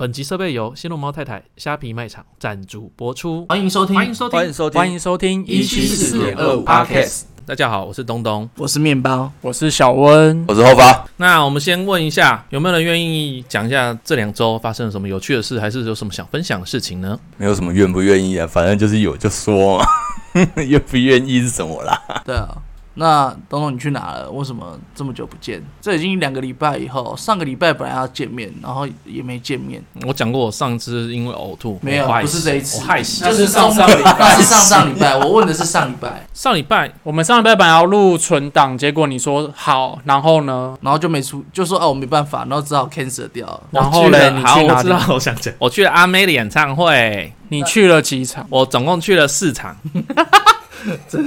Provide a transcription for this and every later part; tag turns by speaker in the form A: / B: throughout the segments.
A: 本集设备由新龙猫太太虾皮卖场赞助播出。
B: 欢迎收听，
A: 欢迎收
C: 欢
A: 听
C: 迎，收听，
D: 欢迎收听
B: 174.25
D: Podcast，
A: 大家好，我是东东。
B: 我是面包。
D: 我是小温。
C: 我是后发。
A: 那我们先问一下，有没有人愿意讲一下这两周发生了什么有趣的事，还是有什么想分享的事情呢？
C: 没有什么愿不愿意啊，反正就是有就说嘛， 愿不愿意是什么啦？
B: 对啊，那东东你去哪了？为什么这么久不见？这已经两个礼拜以后，上个礼拜本来要见面，然后也没见面，
A: 我讲过，我上次因为呕吐，
B: 没有
A: 我害
B: 不是
A: 死
B: 这一次
A: 我害死。
B: 是上上礼拜， 是上上礼拜。我问的是上礼拜，
A: 上礼拜
D: 我们上礼拜本来要录存档，结果你说好，然后呢？
B: 然后就没出，就说哦我没办法，然后只好 cancel 掉了。
D: 然后
A: 我去
D: 嘞，
A: 了
D: 你
A: 好，
D: 去
A: 我
D: 哪
A: 知
D: 里？
A: 道，我想讲，我去了阿妹的演唱会，
D: 你去了几场？
A: 我总共去了四场。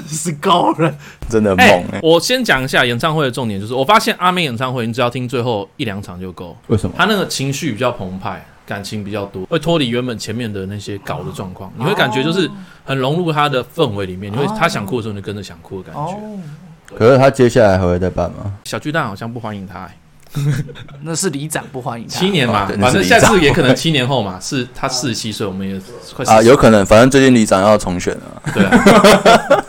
B: 是高人，
C: 真的很
A: 哎
C: 猛哎、
A: 我先讲一下演唱会的重点，就是我发现阿妹演唱会，你只要听最后一两场就够，
C: 为什么？
A: 她那个情绪比较澎湃，感情比较多，会脱离原本前面的那些搞的状况，你会感觉就是很融入她的氛围里面，你会她想哭的时候，你就跟着想哭的感觉。
C: 可是他接下来还会再办吗？
A: 小巨蛋好像不欢迎她、哎
B: 那是里长不欢迎他。 啊
A: 七年嘛，
C: 哦对
A: 反
C: 那
A: 正
C: 是
A: 下次
C: 里长
A: 也可能七年后嘛，是她四十七岁，我们也快
C: 啊，
A: 40
C: 有可能，反正最近里长要重选了。
A: 对啊。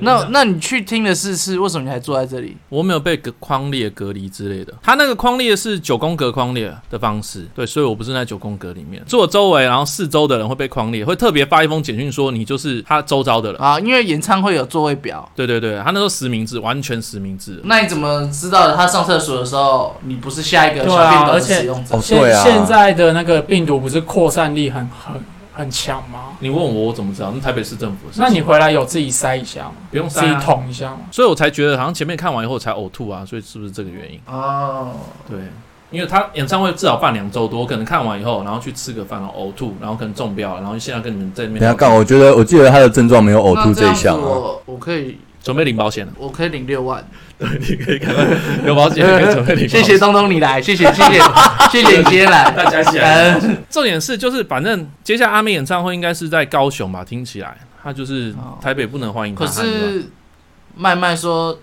B: 那那你去听的是是为什么你还坐在这里？
A: 我没有被隔框列隔离之类的，他那个框列是九宫格框列的方式，对，所以我不是在九宫格里面，是我周围，然后四周的人会被框列，会特别发一封简讯说你就是他周遭的人，
B: 啊，因为演唱会有座位表，
A: 对对对，他那时候实名制，完全实名制，
B: 那你怎么知道的？他上厕所的时候，你不是下一个
D: 对
B: 小
D: 啊
B: 便斗
D: 而
B: 的
D: 且
B: 使用者？
C: 哦，
D: 现
C: 对啊，
D: 现在的那个病毒不是扩散力很很很强吗？
A: 你问我我怎么知道？那台北市政府的事情，
D: 那你回来有自己筛一下吗？
A: 不用
D: 自
A: 塞
D: 己
A: 啊、
D: 捅一下吗？
A: 所以我才觉得好像前面看完以后才呕吐啊，所以是不是这个原因？
B: 哦，
A: 对。因为他演唱会至少办两周多，可能看完以后，然后去吃个饭，然后呕吐，然后可能中标，然后现在跟你们在那
C: 等一下
A: 边
C: 干，我觉得我记得他的症状没有呕
B: 那
C: 吐
B: 这
C: 这
B: 样
C: 一
B: 子
C: 项啊。
B: 我我可以
A: 准备领保 险了，
B: 我可以领六万，
A: 你可以看到 有保险，可以准备领保险。
B: 谢谢东东你来，谢谢 谢谢谢谢你今天来，
A: 大家一起来
B: 嗯，
A: 重点是，就是反正接下来阿妹演唱会应该是在高雄吧？听起来他就是
B: 哦
A: 台北不能欢迎他。
B: 可是麦麦说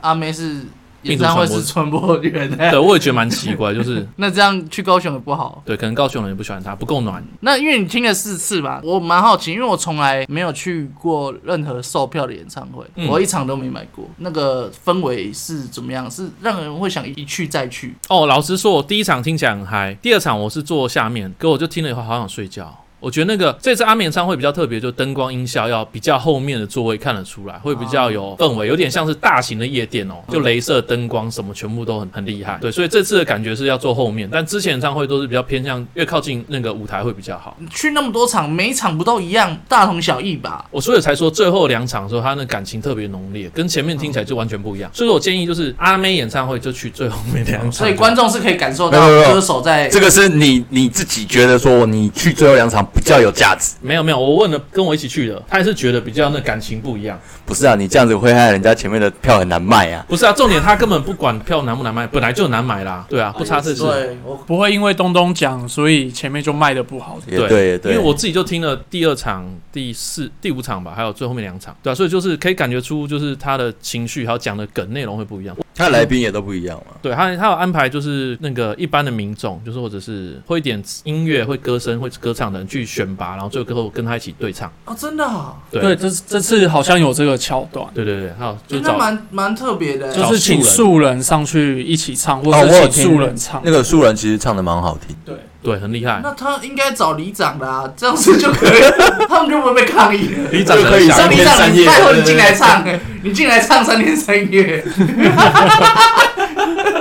B: 阿妹是演唱会是传播源、
A: 对，我也觉得蛮奇怪，就是
B: 那这样去高雄也不好。
A: 对，可能高雄人也不喜欢他，不够暖。
B: 那因为你听了四次吧，我蛮好奇，因为我从来没有去过任何售票的演唱会，
A: 嗯
B: 我一场都没买过。那个氛围是怎么样？是让人会想一去再去。
A: 哦，老实说，我第一场听起来很嗨，第二场我是坐下面，可我就听了以后好想睡觉。我觉得那个这次阿妹演唱会比较特别，就灯光音效要比较后面的座位看得出来，会比
B: 哦
A: 较有氛围，有点像是大型的夜店哦，就镭射灯光什么全部都很很厉害。对，所以这次的感觉是要坐后面，但之前演唱会都是比较偏向越靠近那个舞台会比较好。
B: 去那么多场，每一场不都一样，大同小异吧？
A: 我所以才说最后两场的时候，他那感情特别浓烈，跟前面听起来就完全不一样。所以我建议就是阿妹演唱会就去最后面两场，
B: 哦所以观众是可以感受到
C: 没有没有
B: 歌手在
C: 这个是你你自己觉得说你去最后两场比较有价值，
A: 没有没有，我问了跟我一起去的，他也是觉得比较那感情不一样。
C: 不是啊？你这样子会害人家前面的票很难卖啊。
A: 不是啊，重点他根本不管票难不难卖，本来就难买啦，对
C: 哦
A: 啊，不差这次。
B: 对我
D: 不会因为东东讲，所以前面就卖的不好。
C: 也对也
A: 因
C: 对，
A: 为我自己就听了第二场、第四、第五场吧，还有最后面两场，对啊，所以就是可以感觉出，就是他的情绪还有讲的梗内容会不一样。
C: 他来宾也都不一样嘛。
A: 对他，他有安排就是那个一般的民众，就是或者是会一点音乐、会歌声、会歌唱的人去选拔，然后最后跟他一起对唱。
B: 哦，真的、啊，
A: 对
D: 对，这这次好像有这个桥段。
A: 对对对，还有就
B: 真
A: 是
B: 的
A: 找
B: 蛮蛮特别的欸、
D: 就是请素人上去一起唱，或
C: 哦我有
D: 者
C: 听
D: 请素人唱。
C: 那个素人其实唱的蛮好听，
A: 对很厉害。
B: 那他应该找里长的啊，这样子就可以了， 他们就不会被抗议了。
A: 李长得
C: 可以
A: 像
B: 张
C: 三
B: 里
C: 天
B: 长，
C: 三
B: 你
C: 夜
B: 拜托你进来唱，你进来唱三天三 夜，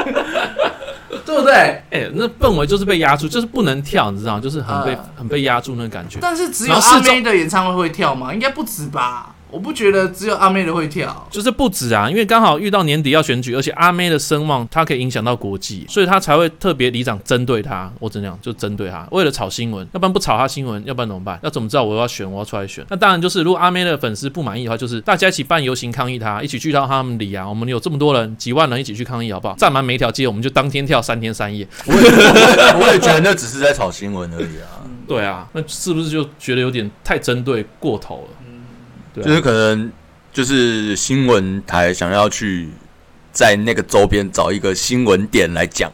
B: 对不对？
A: 哎、那氛围就是被压住，就是不能跳，你知道吗？就是很被、
B: 啊
A: 很被压住那个感觉。
B: 但是只有
A: 然后
B: 阿
A: 四周
B: 妹的演唱会会跳吗？应该不止吧？我不觉得只有阿妹的会跳。
A: 就是不止啊，因为刚好遇到年底要选举，而且阿妹的声望她可以影响到国际，所以她才会特别里长针对她。我只能讲就针对她，为了炒新闻，要不然不炒她新闻，要不然怎么办？要怎么知道我要选，我要出来选？那当然就是如果阿妹的粉丝不满意的话，就是大家一起办游行抗议她，一起去到他们里啊，我们有这么多人，几万人一起去抗议好不好？站满每一条街，我们就当天跳三天三夜。
C: 我也我也觉得那只是在炒新闻而已啊。
A: 对啊，那是不是就觉得有点太针对过头了？对啊
C: 就是可能就是新闻台想要去在那个周边找一个新闻点来讲，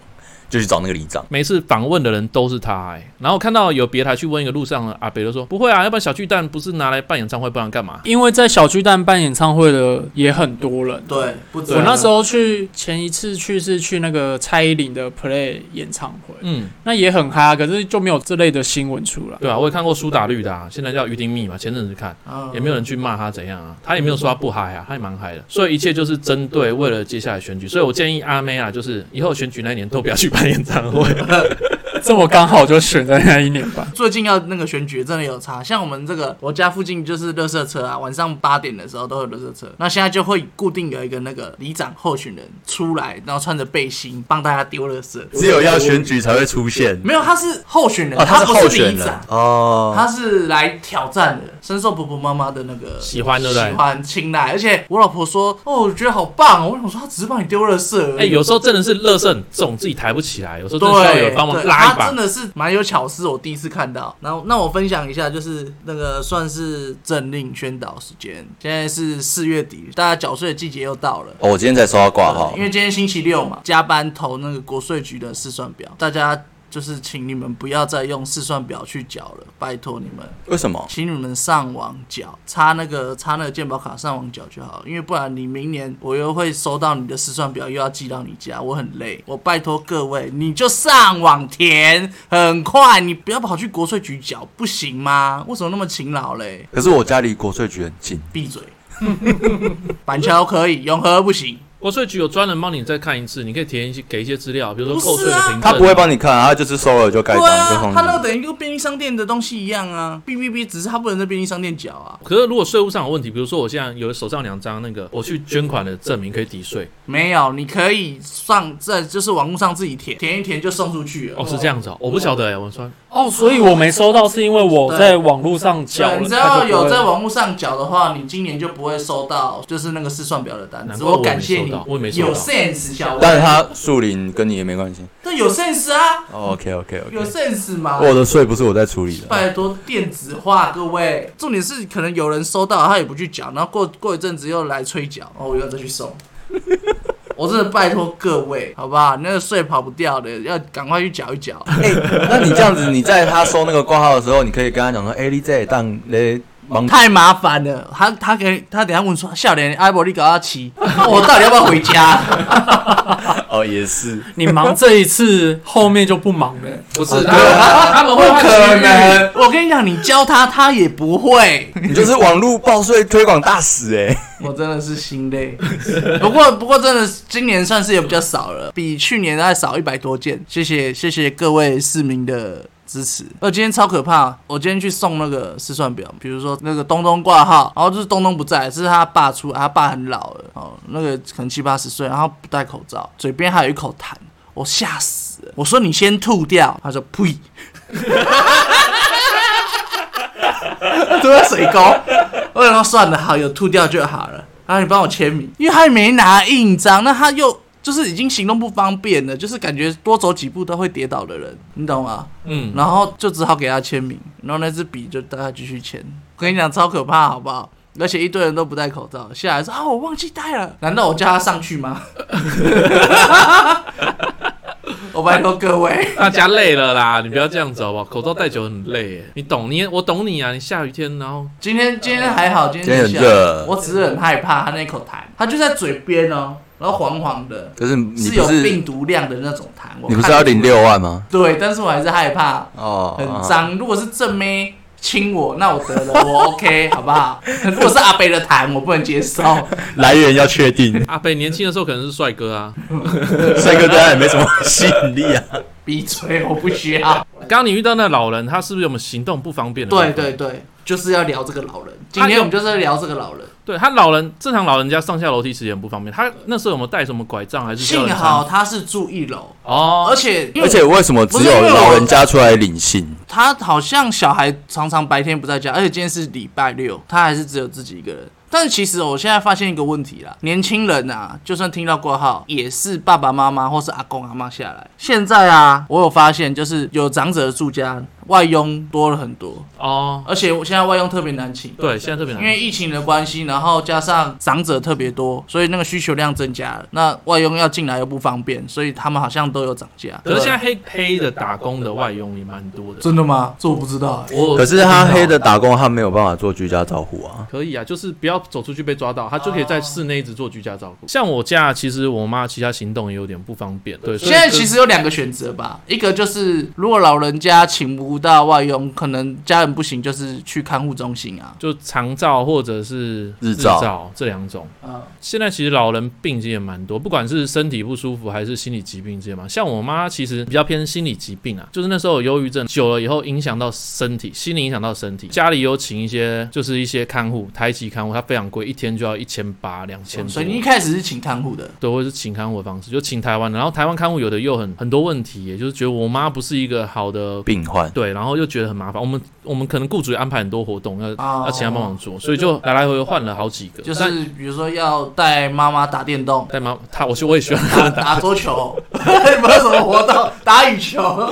C: 就去找那个里长。
A: 每次访问的人都是他、哎，然后看到有别台去问一个路上的阿北，就说不会啊，要不然小巨蛋不是拿来办演唱会，不然干嘛？
D: 因为在小巨蛋办演唱会的也很多人。
B: 对，啊不止
D: 我那时候去前一次去是去那个蔡依林的 Play 演唱会，
A: 嗯，
D: 那也很嗨啊，可是就没有这类的新闻 出来。
A: 对啊，我也看过苏打绿的、啊，现在叫于丁密嘛，前阵子看
B: 嗯
A: 也没有人去骂他怎样啊，他也没有说他不嗨啊，他也蛮嗨的，所以一切就是针对为了接下来选举，所以我建议阿妹啊，就是以后选举那一年都不要去办演唱 会，
D: 这么刚好就选在那一年吧。
B: 最近要那个选举真的有差，像我们这个我家附近就是垃圾车啊，晚上八点的时候都有垃圾车。那现在就会固定有一个那个里长候选人出来，然后穿着背心帮大家丢垃圾。
C: 只有要选举才会出现
B: 没有，他是候选人，
C: 哦，他
B: 不
C: 候
B: 是
C: 选
B: 里
C: 人
B: 长，
C: 哦，
B: 他是来挑战的，深受婆婆妈妈的那个
A: 喜欢对不对
B: 喜欢青睐，而且我老婆说，哦，我觉得好棒哦。我想说，他只是帮你丢垃圾而已。
A: 哎、有时候真的是乐色很重，自己抬不起来，有时候真的需要有
B: 对，
A: 人帮忙
B: 对
A: 拉一
B: 他真
A: 把。
B: 的是蛮有巧思，我第一次看到。然后，那我分享一下，就是那个算是政令宣导时间，现在是四月底，大家缴税的季节又到了。
C: 哦，我今天才收到挂
B: 对
C: 号
B: 因，为今天星期六嘛，加班投那个国税局的试算表，大家就是请你们不要再用试算表去缴了，拜托你们。
C: 为什么？
B: 请你们上网缴，插那个插那个健保卡上网缴就好，因为不然你明年我又会收到你的试算表，又要寄到你家，我很累。我拜托各位，你就上网填，很快，你不要跑去国税局缴，不行吗？为什么那么勤劳嘞？
C: 可是我家离国税局很近，
B: 闭嘴！板桥可以，永和不行。
A: 国税局有专人帮你再看一次，你可以填一些给一些资料，比如说
B: 不是
A: 扣税的
B: 啊
A: 凭证。
C: 他不会帮你看啊，他就是收了就盖
B: 对
C: 章就
B: 啊，
C: 放
B: 他那
C: 进
B: 个
C: 去。
B: 等于跟便利商店的东西一样啊，哔哔哔，只是他不能在便利商店缴啊，
A: 可是如果税务上有问题，比如说我现在有手上两张那个我去捐款的证明可以抵税，
B: 没有，你可以上在就是网络上自己填，填一填就送出去了。
A: 哦，是这样子哦，我不晓得哎、我说
D: 哦，所以我没收到是因为我在网络上缴
B: 对，
D: 了，
B: 你只要有在
D: 在
B: 网络上缴的话，你今年就不会收到就是那个试算表的单
A: 难
B: 子。
A: 怪我
B: 感谢
A: 没收
B: 你
A: 到，我也没收到
B: 有 sense 小
C: 但
B: 伟，
C: 是他树林跟你也没关系。
B: 但有 sense 啊，
C: OK OK
B: 有
C: OK，
B: sense 嘛。
C: 我的税不是我在处理的。
B: 拜托电子化，各位。重点是可能有人收到，他也不去缴，然后过过一阵子又来催缴，哦然后我又要再去送。 我真的拜托各位，好不好？那个税跑不掉的，要赶快去缴一缴。
C: 哎那你这样子，你在他收那个挂号的时候，你可以跟他讲说：“哎，你这当嘞忙
B: 太麻烦了，他他给他等一下问说，笑脸阿伯你搞要骑，那我到底要不要回家？
C: 哦，也是
D: 你忙这一次，后面就不忙了。
A: 不是，他他们会换区域。
B: 能！我跟你讲，你教他，他也不会。
C: 你就是网络报税推广大使哎、
B: 我真的是心累。 不过，不过真的，今年算是也比较少了，比去年还少一百多件。谢谢，谢谢各位市民的。支持，呃，今天超可怕！我今天去送那个试算表，比如说那个东东挂号，然后就是东东不在，是他爸出来，他爸很老了，哦，那个可能七八十岁，然后不戴口罩，嘴边还有一口痰，我吓死了。我说你先吐掉，他说呸， 吐在水沟。我想说算了，好，有吐掉就好了。然后你帮我签名，因为他也没拿印章，那他又就是已经行动不方便了，就是感觉多走几步都会跌倒的人，你懂吗？
A: 嗯，
B: 然后就只好给他签名，然后那支笔就带他继续签。我跟你讲，超可怕，好不好？而且一堆人都不戴口罩，下来说啊，我忘记戴了。难道我叫他上去吗？ 我拜托各位，
A: 大家累了啦，你不要这样子好不好？口罩戴久很累哎，你懂你，我懂你啊。你下雨天，然后，
B: 今天今天还好，今
C: 今
B: 天
C: 天
B: 是
C: 很
B: 下雨
C: 热
B: 我只是很害怕他那口痰，他就在嘴边哦，然后黄黄的，
C: 可是你
B: 是
C: 不
B: 有
C: 是
B: 病毒量的那种痰。我
C: 你不是
B: 看
C: 要
B: 得出
C: 领六万吗？
B: 对，但是我还是害怕，
C: 哦，
B: 很脏。如果是正妹亲我，那我得了，我 OK，好不好？ 如果是阿北的痰，我不能接受。
C: 来源要确定
A: 阿啊北年轻的时候可能是帅哥啊。
C: 帅哥对他也没什么吸引力啊。
B: 闭嘴，我不需要。
A: 刚刚你遇到那老人，他是不是有没有行动不方便的地
B: 对
A: 方？
B: 对对，就是要聊这个老人。今天我们就是要聊这个老人。
A: 对，他老人正常老人家上下楼梯时间不方便，他那时候有没有带什么拐杖还是叫人
B: 幸
A: 搀扶？
B: 好他是住一楼，
A: 哦
B: 而，且因
C: 而
B: 为
C: 且为什么只有老人家出来领信？
B: 他好像小孩常常白天不在家，而且今天是礼拜六，他还是只有自己一个人。但是其实我现在发现一个问题啦，年轻人啊，就算听到挂号，也是爸爸妈妈或是阿公阿妈下来。现在啊，我有发现，就是有长者的住家，外佣多了很多，
A: 哦，
B: 而且我现在外佣特别难请。
A: 对，现在特别
B: 因
A: 难。
B: 为疫情的关系，然后加上长者特别多，所以那个需求量增加了。那外佣要进来又不方便，所以他们好像都有涨价。
A: 可是现在
B: 对
A: 黑黑的打工的外佣也蛮多的。
B: 真的吗？这我不知道、欸。
A: 我
C: 可是他黑的打工，他没有办法做居家照护啊。
A: 可以啊，就是不要走出去被抓
B: 哦
A: 到，他就可以在室内一直做居家照顾。像我家，其实我妈其他行动也有点不方便。对，所以
B: 现在
A: 就
B: 其实有两个选择吧，一个就是如果老人家请不到外佣，可能家人不行，就是去看护中心啊。
A: 就长照或者是
C: 日照
A: 这两种。
B: 嗯，
A: 现在其实老人病其实也蛮多，不管是身体不舒服还是心理疾病这些嘛。像我妈其实比较偏心理疾病啊，就是那时候有忧郁症，久了以后影响到身体，心理影响到身体。家里有请一些就是一些看护，台籍看护，它非常贵，一天就要一千八、两千多。
B: 哦所以你一开始是请看护的，
A: 对，或者是请看护的方式，就请台湾的。然后台湾看护有的又很很多问题，也就是觉得我妈不是一个好的。
C: 病患
A: 对，然后又觉得很麻烦。我们我们可能雇主也安排很多活动，要、
B: 哦
A: 要请他帮忙做，所以就来来回回换了好几个。
B: 就
A: 但
B: 是比如说要带妈妈打电动、
A: 但妈她，我是我也喜欢
B: 打打桌球， 不是什么活动，打羽球。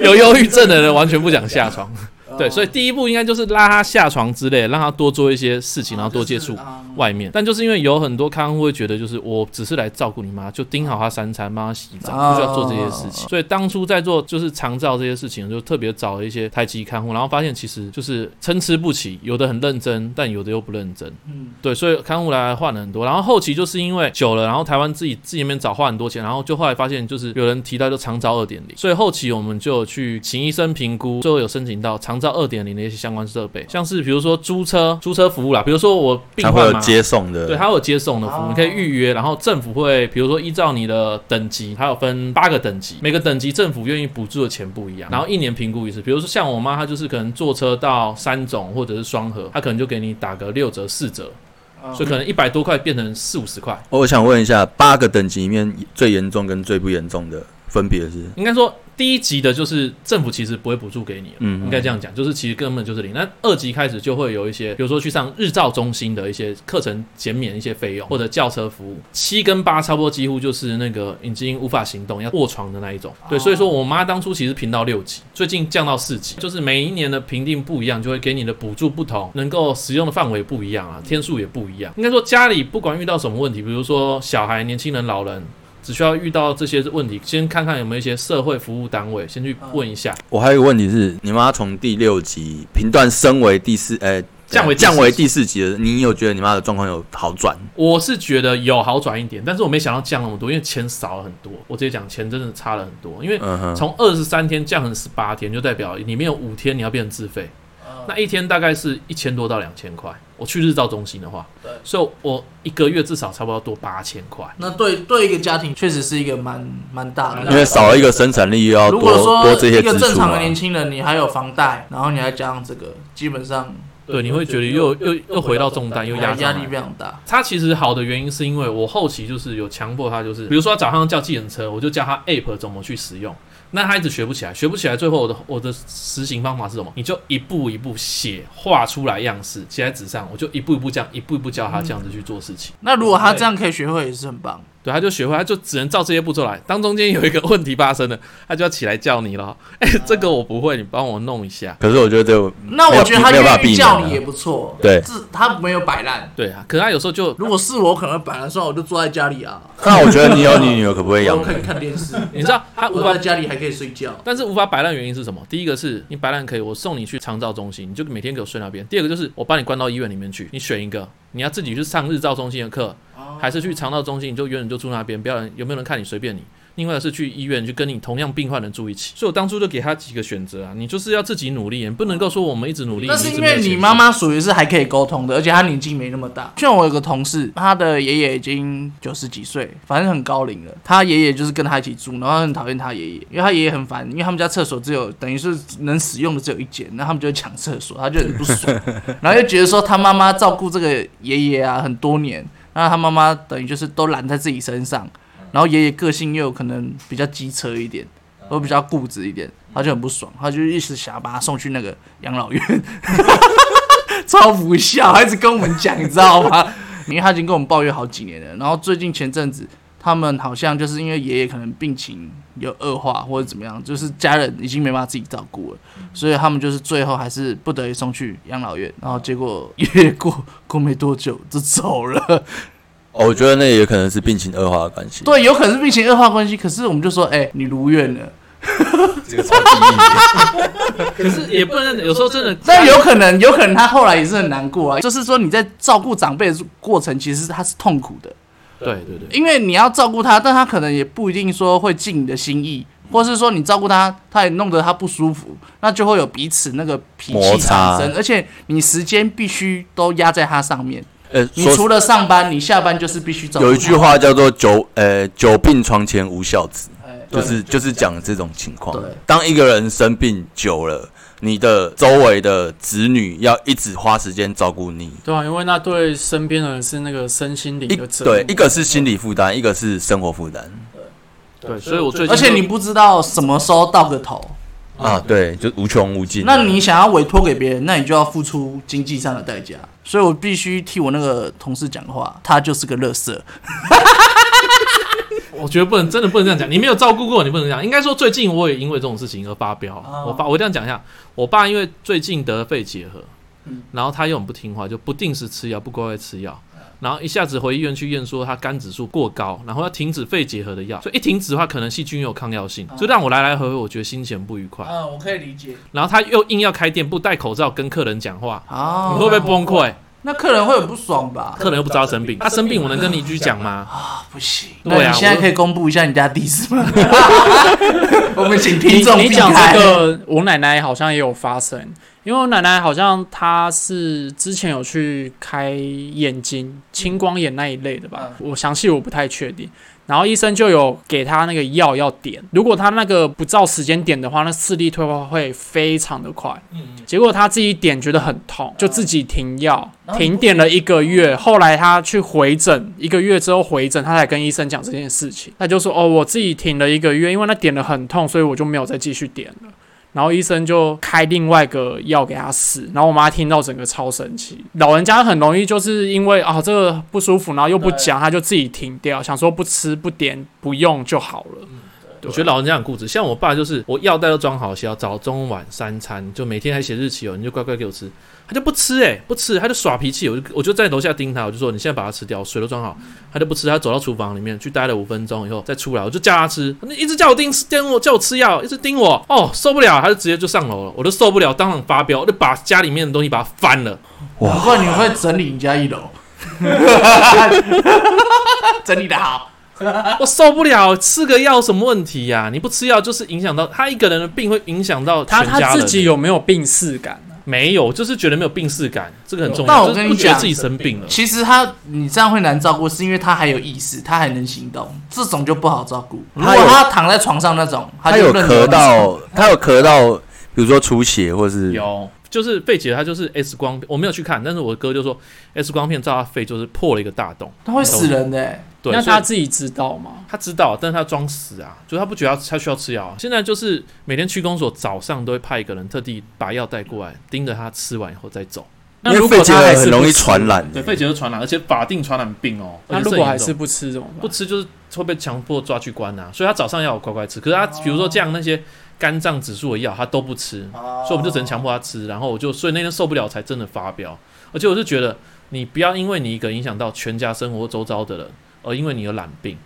A: 有忧郁症的人完全不想下床。
B: 啊
A: 对，所以第一步应该就是拉他下床之类，让他多做一些事情，然后多接触
B: 就是嗯
A: 外面。但就是因为有很多看护会觉得，就是我只是来照顾你妈，就盯好她三餐，帮她洗澡，
B: 哦
A: 不需要做这些事情。所以当初在做就是长照这些事情，就特别找了一些台籍看护，然后发现其实就是参差不齐，有的很认真，但有的又不认真。
B: 嗯，
A: 对，所以看护来换了很多，然后后期就是因为久了，然后台湾自己自己那边找花很多钱，然后就后来发现就是有人提到就长照二点零，所以后期我们就有去请医生评估，最后有申请到长照二点零的一些相关设备，像是比如说租车、租车服务啦，比如说我病
C: 他会
A: 患
C: 有
A: 嘛。
C: 接送的，
A: 对，它有接送的服务，
B: 哦
A: 你可以预约，然后政府会，比如说依照你的等级，它有分八个等级，每个等级政府愿意补助的钱不一样，然后一年评估一次。比如说像我妈，她就是可能坐车到三种或者是双河，她可能就给你打个六折、四折，所以可能一百多块变成四五十块。
C: 我想问一下，八个等级里面最严重跟最不严重的分别是？
A: 应该说第一级的就是政府其实不会补助给你了。
C: 嗯，
A: 应该这样讲，就是其实根本就是零。那二级开始就会有一些，比如说去上日照中心的一些课程减免一些费用，或者轿车服务。七跟八差不多几乎就是那个已经无法行动要卧床的那一种。对，所以说我妈当初其实评到六级，最近降到四级，就是每一年的评定不一样，就会给你的补助不同，能够使用的范围不一样啊，天数也不一样。应该说家里不管遇到什么问题，比如说小孩、年轻人、老人。只需要遇到这些问题，先看看有没有一些社会服务单位，先去问一下。
C: 我还有一个问题是，你妈从第六级评断升为第四，呃、
A: 降为第四
C: 降为第四级的，你有觉得你妈的状况有好转？
A: 我是觉得有好转一点，但是我没想到降那么多，因为钱少了很多。我直接讲，钱真的差了很多，因为
C: 嗯哼，
A: 从二十三天降成十八天，就代表里面有五天你要变成自费，那一天大概是一千多到两千块。我去日照中心的话，所以我一个月至少差不多多八千块。
B: 那对对一个家庭确实是一个蛮蛮大的。
C: 因为少了一个生产力，又要
B: 如
C: 多
B: 果
C: 多
B: 说
C: 这
B: 一
C: 些
B: 个
C: 支
B: 正
C: 出啊
B: 常
C: 嘛
B: 的。年轻人，你还有房贷，然后你还加上这个，基本上
A: 对，你会觉得又又又回到重担，又压
B: 压
A: 上来
B: 力非常大。
A: 他其实好的原因是因为我后期就是有强迫他，就是比如说他早上叫计程车，我就教他 app 怎么去使用。那他一直学不起来，学不起来，最后我的我的实行方法是什么？你就一步一步写画出来样式，写在纸上，我就一步一步这样，一步一步教他这样子去做事情。
B: 那如果他这样可以学会，也是很棒。
A: 对，他就学会，他就只能照这些步骤来。当中间有一个问题发生了，他就要起来叫你了。哎、这个我不会，你帮我弄一下。
C: 可是我觉得这个
B: 那我觉得他
C: 没有办
B: 愿
C: 法避
B: 意
C: 免
B: 叫
C: 啊
B: 你也不错。
C: 对
B: 这他没有摆烂。
A: 对啊，可是他有时候就
B: 如果是我，可能会摆烂，算了我就坐在家里啊，
C: 那我觉得你有你女儿可不可以 养
B: 我？可以看电视。
A: 你知道他无
B: 我
A: 法
B: 在家里还可以睡觉。
A: 但是无法摆烂原因是什么？第一个是你摆烂可以，我送你去长照中心，你就每天给我睡那边；第二个就是我把你关到医院里面去，你选一个，你要自己去上日照中心的课，还是去长照中心你就远远就住那边，不要人有没有人看你随便你。另外是去医院去跟你同样病患的住一起，所以我当初就给他几个选择啊，你就是要自己努力，你不能够说我们一直努力。
B: 那是
A: 一
B: 因
A: 直没有
B: 为你
A: 前
B: 妈
A: 进
B: 妈属于是还可以沟通的，而且她年纪没那么大。像我有个同事，她的爷爷已经九十几岁，反正很高龄了。她爷爷就是跟她一起住，然后她很讨厌她爷爷，因为她爷爷很烦，因为他们家厕所只有等于是能使用的只有一间，然后他们就会抢厕所，她就很 不爽，然后又觉得说她妈妈照顾这个爷爷啊很多年，那她妈妈等于就是都揽在自己身上，然后爷爷个性又有可能比较机车一点。都比较固执一点，她就很不爽，她就一直想要把他送去那个养老院，超不 孝，还一直跟我们讲，你知道吗？因为他已经跟我们抱怨好几年了，然后最近前阵子他们好像就是因为爷爷可能病情有恶化或者怎么样，就是家人已经没办法自己照顾了，所以他们就是最后还是不得已送去养老院，然后结果爷爷过过没多久就走了。
C: 哦，我觉得那也可能是病情恶化的关 系。，
B: 对，有可能是病情恶化关系，可是我们就说，哎、你如愿 了。
C: 这个超级 意义。
A: 可是也不能有时候真的，
B: 但有可能，有可能他后来也是很难过啊。就是说你在照顾长辈的过程，其实他是痛苦的，
A: 对对对，
B: 因为你要照顾他，但他可能也不一定说会尽你的心意，或是说你照顾他，他也弄得他不舒服，那就会有彼此那个脾
C: 摩
B: 气
C: 擦
B: 产生，而且你时间必须都压在他上面。
C: 呃，
B: 你
C: 说
B: 除了上班，你下班就是必须照顾他。
C: 有一句话叫做“久呃久病床前无孝子”，
B: 哎，
C: 就是就是讲这种情况
B: 对。
C: 当一个人生病久了，你的周围的子女要一直花时间照顾你。
D: 对啊，因为那对身边的人是那个身心灵
C: 一
D: 的折磨。
C: 对，一个是心理负担，一个是生活负担
A: 对，所以我最近
B: 而且
A: 就
B: 你不知道什么时候到个头，
C: 啊，对，就无穷无尽。
B: 那你想要委托给别人，那你就要付出经济上的代价。所以我必须替我那个同事讲话，他就是个乐色。
A: 我觉得不能，真的不能这样讲。你没有照顾过，你不能这样。应该说，最近我也因为这种事情而发飙。我发，我这样讲一下，我爸因为最近得肺结核，然后他又很不听话，就不定时吃药，不乖乖吃药，然后一下子回医院去验说他肝指数过高，然后要停止肺结核的药，所以一停止的话，可能细菌有抗药性，就让我来来回回，我觉得心情不愉快。
B: 嗯，我可以理解。
A: 然后他又硬要开店，不戴口罩跟客人讲话，
B: 哦
A: 你，会不会崩溃？
B: 那客人会很不爽吧？
A: 客人又不知道生病，哦他生病我能跟邻居讲吗？
B: 啊，不行。
A: 对啊
B: 那你现在可以公布一下你家地址 吗？我们请听众
D: 你
B: 避
D: 你讲
B: 开
D: 这。个，我奶奶好像也有发生，因为我奶奶好像她是之前有去开眼睛青光眼那一类的吧，
B: 嗯
D: 我详细我不太确定。然后医生就有给她那个药要点，如果她那个不照时间点的话，那视力退化会非常的快。
B: 嗯
D: 结果她自己点觉得很痛，就自己停药，停点了一个月。后来她去回诊，一个月之后回诊，她才跟医生讲这件事情。她就说：“哦，我自己停了一个月，因为那点的很痛，所以我就没有再继续点了。”然后医生就开另外一个药给她试，然后我妈听到整个超生气。老人家很容易就是因为啊这个不舒服，然后又不讲，她就自己停掉，想说不吃不点不用就好了。
A: 我觉得老人家很固执，像我爸就是，我药袋都装好，要早中晚三餐，就每天还写日期哦，你就乖乖给我吃，他就不吃、欸，哎，不吃，他就耍脾气，我就我就在楼下盯他，我就说你现在把它吃掉，我水都装好，他就不吃，他走到厨房里面去待了五分钟以后再出来，我就叫他吃，那一直叫我盯盯我叫我吃药，一直盯我，哦受不了，他就直接就上楼了，我都受不了，当场发飙，我就把家里面的东西把它翻了，
B: 难怪你会整理你家一楼， 整理的好。
A: 我受不了，吃个药有什么问题呀、你不吃药就是影响到他一个人的病，会影响到全
D: 她
A: 家人欸
D: 她自己有没有病逝感啊？
A: 没有，就是觉得没有病逝感，这个很重要。
B: 但我
A: 就是
B: 跟你
A: 不觉得
B: 讲
A: 自己生病了，
B: 其实他你这样会难照顾，是因为他还有意识，他还能行动，这种就不好照顾。如
C: 他
B: 果
C: 有
B: 他躺在床上那种，
C: 他
B: 就
C: 有
B: 任
C: 咳
B: 由你
C: 到，他有咳到，比如说出血或是
A: 有就是肺结核，它就是 X 光，我没有去看，但是我哥就说 X 光片照他肺就是破了一个大洞，
B: 他会死人的、
A: 对，
D: 那
A: 所以
D: 她自己知道吗？
A: 他知道，但是他装死啊，就是他不觉得他需要吃药啊。现在就是每天区公所早上都会派一个人特地把药带过来，盯着他吃完以后再走。
D: 那
C: 因
D: 如
C: 为
D: 果
C: 肺结
D: 她
C: 核
D: 还
C: 很
D: 是
C: 容
D: 不
C: 易
D: 吃
C: 传染。
A: 对，肺结核传染，而且法定传染病哦。
D: 那
A: 而且
D: 如
A: 是很
D: 果还
A: 严重
D: 是不吃怎么办？
A: 不吃就是会被强迫抓去关啊，所以他早上要我乖乖吃，可是
D: 哦
A: 他比如说这样那些肝脏指数的药他都不吃，
D: 哦
A: 所以我们就只能强迫他吃，然后我就所以那天受不了才真的发飙，而且我是觉得你不要因为你一个影响到全家生活周遭的人，而因为你而懒病，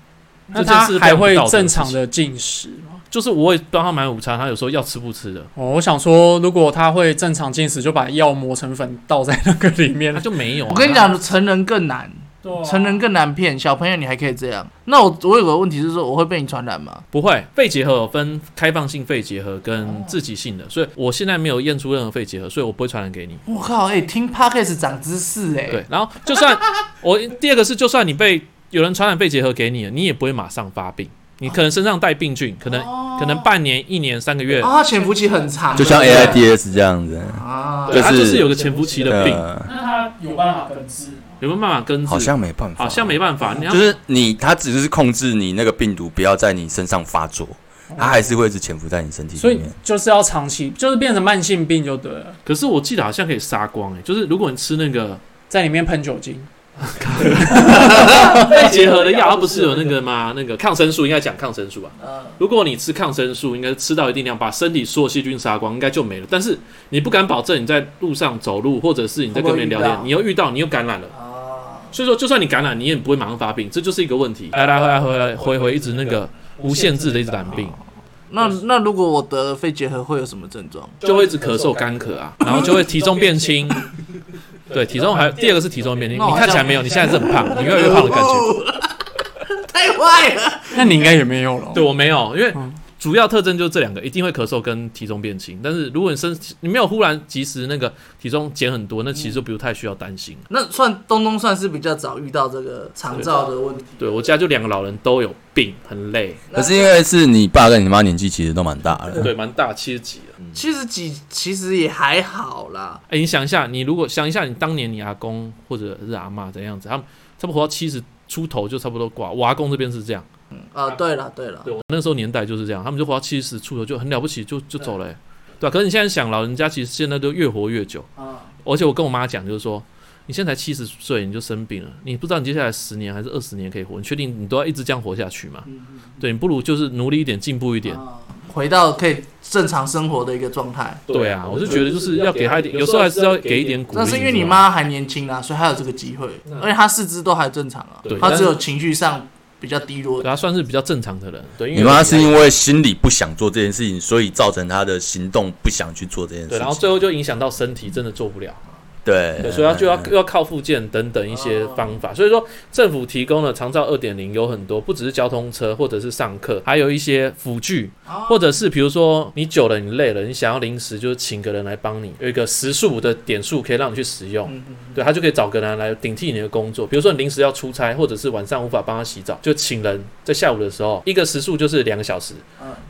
D: 那
A: 这件
D: 他
A: 事
D: 还
A: 办不
D: 会
A: 到的事
D: 正常
A: 情
D: 的进食吗？
A: 就是我会帮他买午餐，他有时候要吃不吃的，
D: 哦，我想说，如果他会正常进食，就把药磨成粉倒在那个里面
A: 他。就没有、啊。
B: 我跟你，讲，成人更难，
D: 啊
B: 成人更难骗，小朋友你还可以这样。那我我有个问题是说，我会被你传染吗？
A: 不会，肺结核有分开放性肺结核跟自己性的，所以我现在没有验出任何肺结核，所以我不会传染给你。
B: 我靠，哎、听 podcast 长知识哎、
A: 对，然后就算 我第二个是，就算你被有人传染肺结核给你了，你也不会马上发病，你可能身上带病菌，可能、可能半年、一年、三个月，
B: 啊，潜伏期很长，
C: 就像
B: 对不对
C: AIDS 这样子，
B: 啊，
A: 对它
C: 就是
A: 就是有个潜伏期的病，
C: 呃，
D: 那他有办法根治？
A: 有没有办法根治？
C: 好像没办法，
A: 好像没办法，你要
C: 就是你，它只是控制你那个病毒不要在你身上发作，
A: 哦
C: 它还是会一直潜伏在你身体
D: 所
C: 里
D: 以
C: 面。
D: 就是要长期，就是变成慢性病就对了，
A: 哎可是我记得好像可以杀光诶、欸就是如果你吃那个
D: 在里面喷酒精。
A: 肺结核的药，它不是有那个吗？那个抗生素应该讲抗生素吧。啊
B: 嗯，
A: 如果你吃抗生素，应该吃到一定量，把身体所有细菌杀光，应该就没了。但是你不敢保证你在路上走路，或者是你在跟别人聊
B: 会不
A: 天，
B: 会
A: 你又遇到，你哦又感染了。所以说，就算你感染，你也不会马上发病，这就是一个问题。来来回来回来回回一直那个无限制的一直染病，
B: 那那如果我得了肺结核会有什么症状？
A: 就会一直咳嗽、干咳啊，然后就会体重变 轻。对，体重还第二个是体重变轻，
B: 那我
A: 你
B: 好
A: 看起来
B: 像
A: 没有，你现在是很胖，你越来越胖哦的感觉。
B: 哦 太坏了！
D: 那你应该也没有了。
A: 对我没有，因为
D: 哦嗯
A: 主要特征就是这两个，一定会咳嗽跟体重变轻。但是如果你身体你没有忽然及时那个体重减很多，那其实就不太需要担心。
B: 那算东东算是比较早遇到这个肠照的问题。
A: 对我家就两个老人都有病，很累，
C: 可是因为是你爸跟你妈年纪其实都蛮大的，啊
A: 对，蛮大，七十几了。
B: 七十几其实也还好啦，
A: 哎、你想一下，你如果想一下，你当年你阿公或者是阿嬷怎样子，他们差不多活到七十出头就差不多挂。我阿公这边是这样，
B: 啊，对了对了，
A: 对我那时候年代就是这样，他们就活到七十出头就很了不起，就就走了、欸，对吧、可是你现在想，老人家其实现在都越活越久，而且我跟我妈讲，就是说，你现在才七十岁你就生病了，你不知道你接下来十年还是二十年可以活，你确定你都要一直这样活下去吗？对，你不如就是努力一点，进步一点。
B: 回到可以正常生活的一个状态。
A: 对啊，我是觉得就是要给他一点，有时候还是要给一点鼓励。
B: 那是因为你
A: 知道吗，
B: 妈还年轻啊啦，所以还有这个机会，而且她四肢都还正常啊
A: 对，
B: 她只有情绪上比较低落
A: 对。啊她算是比较正常的人。对，因为
C: 你妈是因为心里不想做这件事情，所以造成她的行动不想去做这件
A: 对，
C: 事
A: 然后
C: 情。
A: 最后就影响到身体，真的做不了。
C: 对
A: 对，所以他就要又要靠附件等等一些方法。所以说，政府提供了长照二点零有很多，不只是交通车或者是上课，还有一些辅具，或者是比如说你久了你累了，你想要临时就是请个人来帮你，有一个时数的点数可以让你去使用，对他就可以找个人来顶替你的工作。比如说你临时要出差，或者是晚上无法帮他洗澡，就请人在下午的时候，一个时数就是两个小时，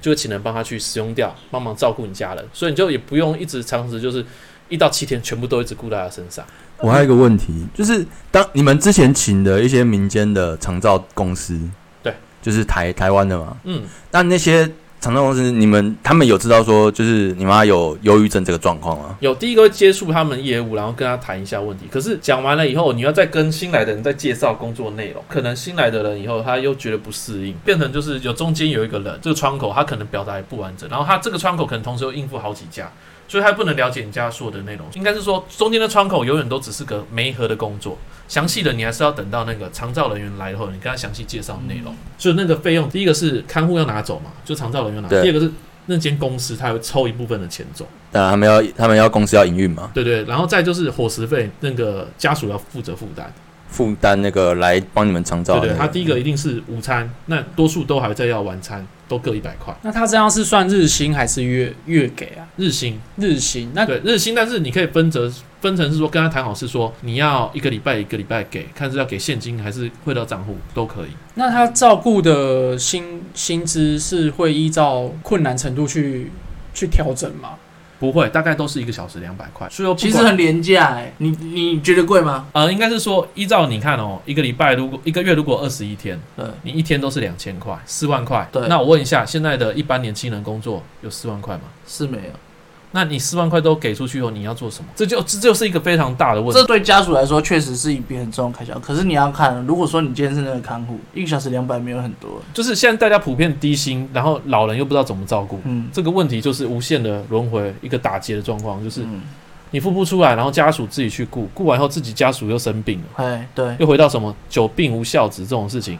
A: 就会请人帮他去使用掉，帮忙照顾你家人，所以你就也不用一直长时就是。一到七天全部都一直顾在他身上。
C: 我还有一个问题，就是当你们之前请的一些民间的长照公司，
A: 对，
C: 就是台台湾的嘛，
A: 嗯，
C: 那那些长照公司，你们他们有知道说，就是你妈有忧郁症这个状况吗？
A: 有第一个会接触他们业务，然后跟他谈一下问题。可是讲完了以后，你要再跟新来的人再介绍工作内容，可能新来的人以后他又觉得不适应，变成就是有中间有一个人这个窗口，他可能表达也不完整，然后他这个窗口可能同时又应付好几家，所以他不能了解你家所有的内容。应该是说中间的窗口永远都只是个媒合的工作。详细的你还是要等到那个长照人员来后，你跟他详细介绍内容。所以那个费用，第一个是看护要拿走嘛，就长照人员拿走；
C: 对
A: 第二个是那间公司他会抽一部分的钱走。
C: 当呃然，他们要他们要公司要营运嘛，
A: 对对，然后再就是伙食费，那个家属要负责负担。
C: 负担那个来帮你们长照
A: 对
C: 的那
A: 对
C: 个。，
A: 他第一个一定是午餐，那多数都还在要晚餐，都各一百块
D: 那他这样是算日薪还是月月给啊？
A: 日薪。
D: 日薪那
A: 对日薪，但是你可以分则分成是说跟他谈好是说你要一个礼拜一个礼拜给，看是要给现金还是汇到账户都可以。
D: 那他照顾的薪薪资是会依照困难程度去去调整吗？
A: 不会，大概都是一个小时两百块。所以说不
B: 其
A: 管
B: 实很廉价哎、你你觉得贵吗？
A: 呃，应该是说依照你看哦，一个礼拜如果一个月如果二十一天，
B: 对，
A: 你一天都是两千块，四万块。
B: 对
A: 那我问一下，现在的一般年轻人工作有四万块吗？
B: 是没有。
A: 那你四万块都给出去后，你要做什么？这就这就是一个非常大的问
B: 这
A: 题。
B: 对家属来说确实是一笔很重的开销，可是你要看，如果说你今天是那个看护，一个小时两百没有很多，
A: 就是现在大家普遍低薪，然后老人又不知道怎么照顾，
B: 嗯，
A: 这个问题就是无限的轮回，一个打结的状况，就是
B: 嗯，
A: 你付不出来，然后家属自己去顾，顾完后自己家属又生病了，
B: 哎，对，
A: 又回到什么久病无孝子这种事情。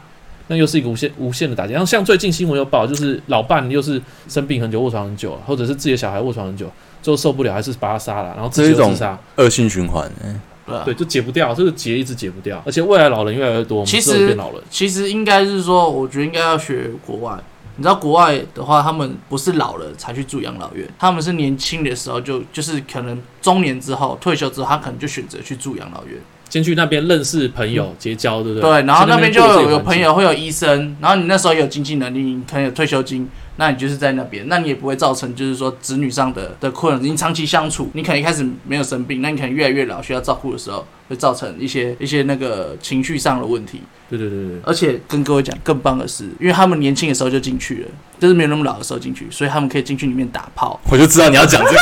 A: 那又是一个无限无限的打击，然后像最近新闻有报，就是老伴又是生病很久卧床很久，啊或者是自己的小孩卧床很久，最后受不了还是把他杀了，然后自己
C: 这一
A: 又
C: 种
A: 自杀，
C: 恶性循环、欸
B: 对啊
A: 对，就解不掉，这个结一直解不掉，而且未来老人越来越多，我们
B: 其
A: 之后
B: 实
A: 变老人。
B: 其实应该是说，我觉得应该要学国外。你知道国外的话，他们不是老了才去住养老院，他们是年轻的时候就就是可能中年之后退休之后，他可能就选择去住养老院。
A: 先去那边认识朋友、结交，对不对
B: 嗯对，然后那边就
A: 过自己
B: 有
A: 的
B: 有
A: 环境
B: 朋友会有医生，然后你那时候有经济能力，你可能有退休金，那你就是在那边，那你也不会造成就是说子女上的的困扰。你长期相处，你可能一开始没有生病，那你可能越来越老需要照顾的时候，会造成一些一些那个情绪上的问题。
A: 对对对对，
B: 而且跟各位讲，更棒的是，因为他们年轻的时候就进去了，就是没有那么老的时候进去，所以他们可以进去里面打炮，
C: 我就知道你要讲这个，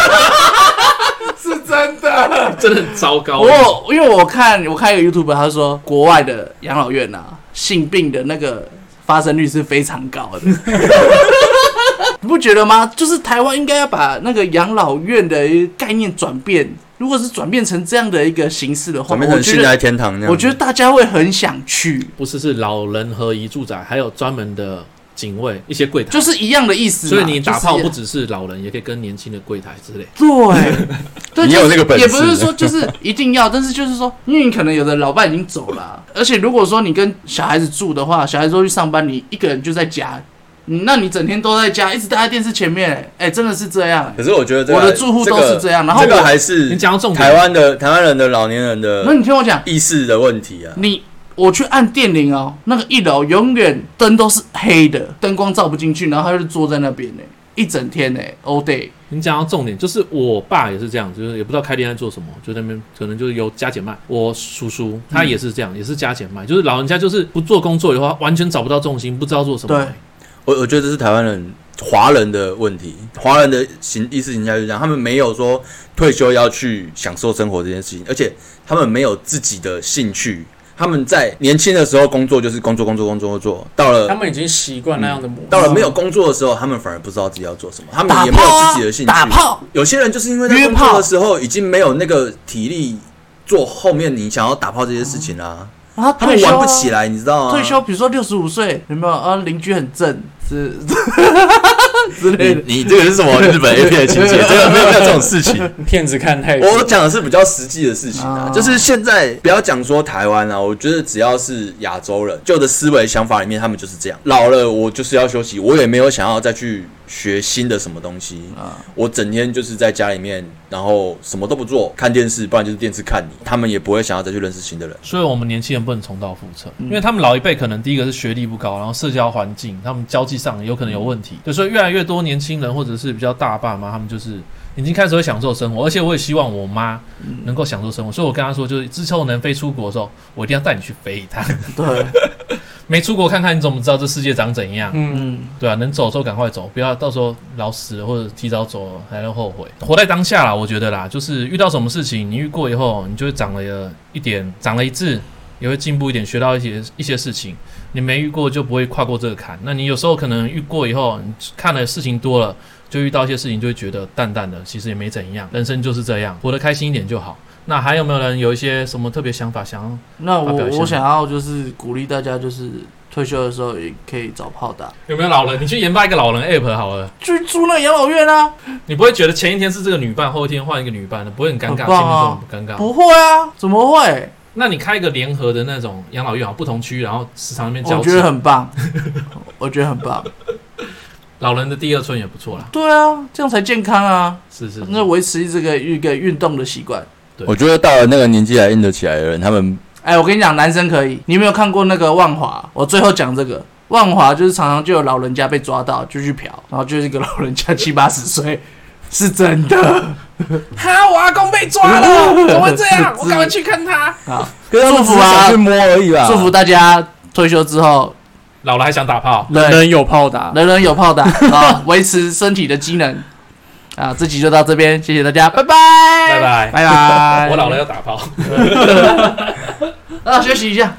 B: 是真的。
A: 真的很糟糕。
B: 我因为我看我看一个 YouTube，他说国外的养老院啊，性病的那个发生率是非常高 的。你不觉得吗？就是台湾应该要把那个养老院的概念转变，如果是转变成这样的一个形式的话，
C: 转变成
B: 我觉
C: 性
B: 得
C: 爱天堂那样。
B: 我觉得大家会很想去，
A: 不是是老人合一住宅，还有专门的警卫一些柜台。
B: 就是一样的意思嘛。
A: 所以你打炮
B: 就是
A: 不只是老人，也可以跟年轻的柜台之类。
B: 对，对，
C: 你
B: 就
C: 有
B: 是
C: 那个本事
B: 也不是说就是一定要，但是就是说，因为你可能有的老伴已经走了啊、而且如果说你跟小孩子住的话，小孩子都去上班，你一个人就在家，嗯那你整天都在家，一直待在电视前面、哎、真的是这样、
C: 可是我觉得这个
B: 我的住户都是这样
C: 个
B: 然后我
C: 这个还是
A: 你讲到重点
C: 台湾的台湾人的老年人
B: 那
C: 的
B: 你听我讲，
C: 意识的问题啊。
B: 你我去按电铃哦，那个一楼永远灯都是黑的，灯光照不进去，然后他就坐在那边呢、一整天呢、all day。
A: 你讲到重点，就是我爸也是这样，就是也不知道开店在做什么，就在那边可能就是由加减卖。我叔叔他也是这样，也是加减卖，就是老人家就是不做工作的话，完全找不到重心，不知道做什么。
B: 对
C: 我我觉得这是台湾人华人的问题，华人的形意识形态就是这样，他们没有说退休要去享受生活这件事情，而且他们没有自己的兴趣。他们在年轻的时候工作就是工作工作工作工作，到
D: 他
C: 了
D: 们已经习惯那样的模式。
C: 到了没有工作的时候，他们反而不知道自己要做什么，他们
B: 打
C: 也没有
B: 炮啊
C: 自己的兴趣。
B: 打炮，
C: 有些人就是因为在
B: 约
C: 工作
B: 炮
C: 的时候已经没有那个体力做后面你想要打炮这些事情啦、
B: 然后
C: 他
B: 退
C: 们
B: 休啊
C: 玩不起来，你知道吗？
B: 退休，比如说六十五岁，有没有啊？邻居很正，是 之类的。
C: 你这个是什么日本 A 片的情节？ 真的没有这种事情。
B: 嗯
D: 骗子看太
C: 我
D: 多，
C: 讲的是比较实际的事情
B: 啊，
C: 啊就是现在不要讲说台湾啊，我觉得只要是亚洲人，旧的思维想法里面，他们就是这样。老了我就是要休息，我也没有想要再去学新的什么东西
B: 啊
C: 我整天就是在家里面，然后什么都不做，看电视，不然就是电视看你。他们也不会想要再去认识新的人。
A: 所以我们年轻人不能重蹈覆辙，因为他们老一辈可能第一个是学历不高，然后社交环境，他们交际上有可能有问题，对，所以越来越多年轻人或者是比较大爸妈，他们就是已经开始会享受生活，而且我也希望我妈能够享受生活，所以我跟她说，就是之后能飞出国的时候，我一定要带你去飞一趟，
B: 嗯对，
A: 没出国看看你怎么知道这世界长怎样，
D: 嗯，
B: 嗯，
A: 对啊，能走的时候赶快走，不要到时候老死了或者提早走了还能后悔。活在当下啦，我觉得啦，就是遇到什么事情，你遇过以后，你就会长了一点，长了一智，也会进步一点，学到一些一些事情。你没遇过就不会跨过这个坎。那你有时候可能遇过以后，你看了事情多了，就遇到一些事情就会觉得淡淡的，其实也没怎样。人生就是这样，活得开心一点就好。那还有没有人有一些什么特别想法想要？
B: 那
A: 发表一
B: 我
A: 下
B: 我想要就是鼓励大家，就是退休的时候也可以找炮打，
A: 有没有老人？你去研发一个老人 app 好了，
B: 去住那养老院啊？
A: 你不会觉得前一天是这个女伴，后一天换一个女伴的，不会很尴尬，
B: 很
A: 心里
B: 棒
A: 说
B: 啊
A: 很不尴尬。
B: 不会啊，怎么会？
A: 那你开一个联合的那种养老院，好不同区，然后时常那边交
B: 我
A: 集
B: 觉，得很棒，我觉得很棒。
A: 老人的第二春也不错啦。
B: 对啊，这样才健康啊，
A: 是 是，是
B: 那维持这个一个运动的习惯。
A: 对
C: 我觉得到了那个年纪还硬得起来的人，他们
B: 哎，我跟你讲，男生可以。你有没有看过那个万华？我最后讲这个万华，就是常常就有老人家被抓到，就去嫖，然后就是一个老 人家七八十岁，是真的。
D: 哈，我阿公被抓 了，怎么会这样？我赶快去看他。
B: 好，
C: 可是他们
B: 祝福
C: 只是想
B: 啊
C: 去摸而已啦。
B: 祝福大家退休之后，
A: 老了还想打炮，
B: 对
D: 人有炮打，
B: 人人有炮打啊， 维持身体的机能啊。这集就到这边，谢谢大家，拜拜，
A: 拜拜。
B: 拜 拜。
A: 我老了要打炮。
B: 啊，休息一下。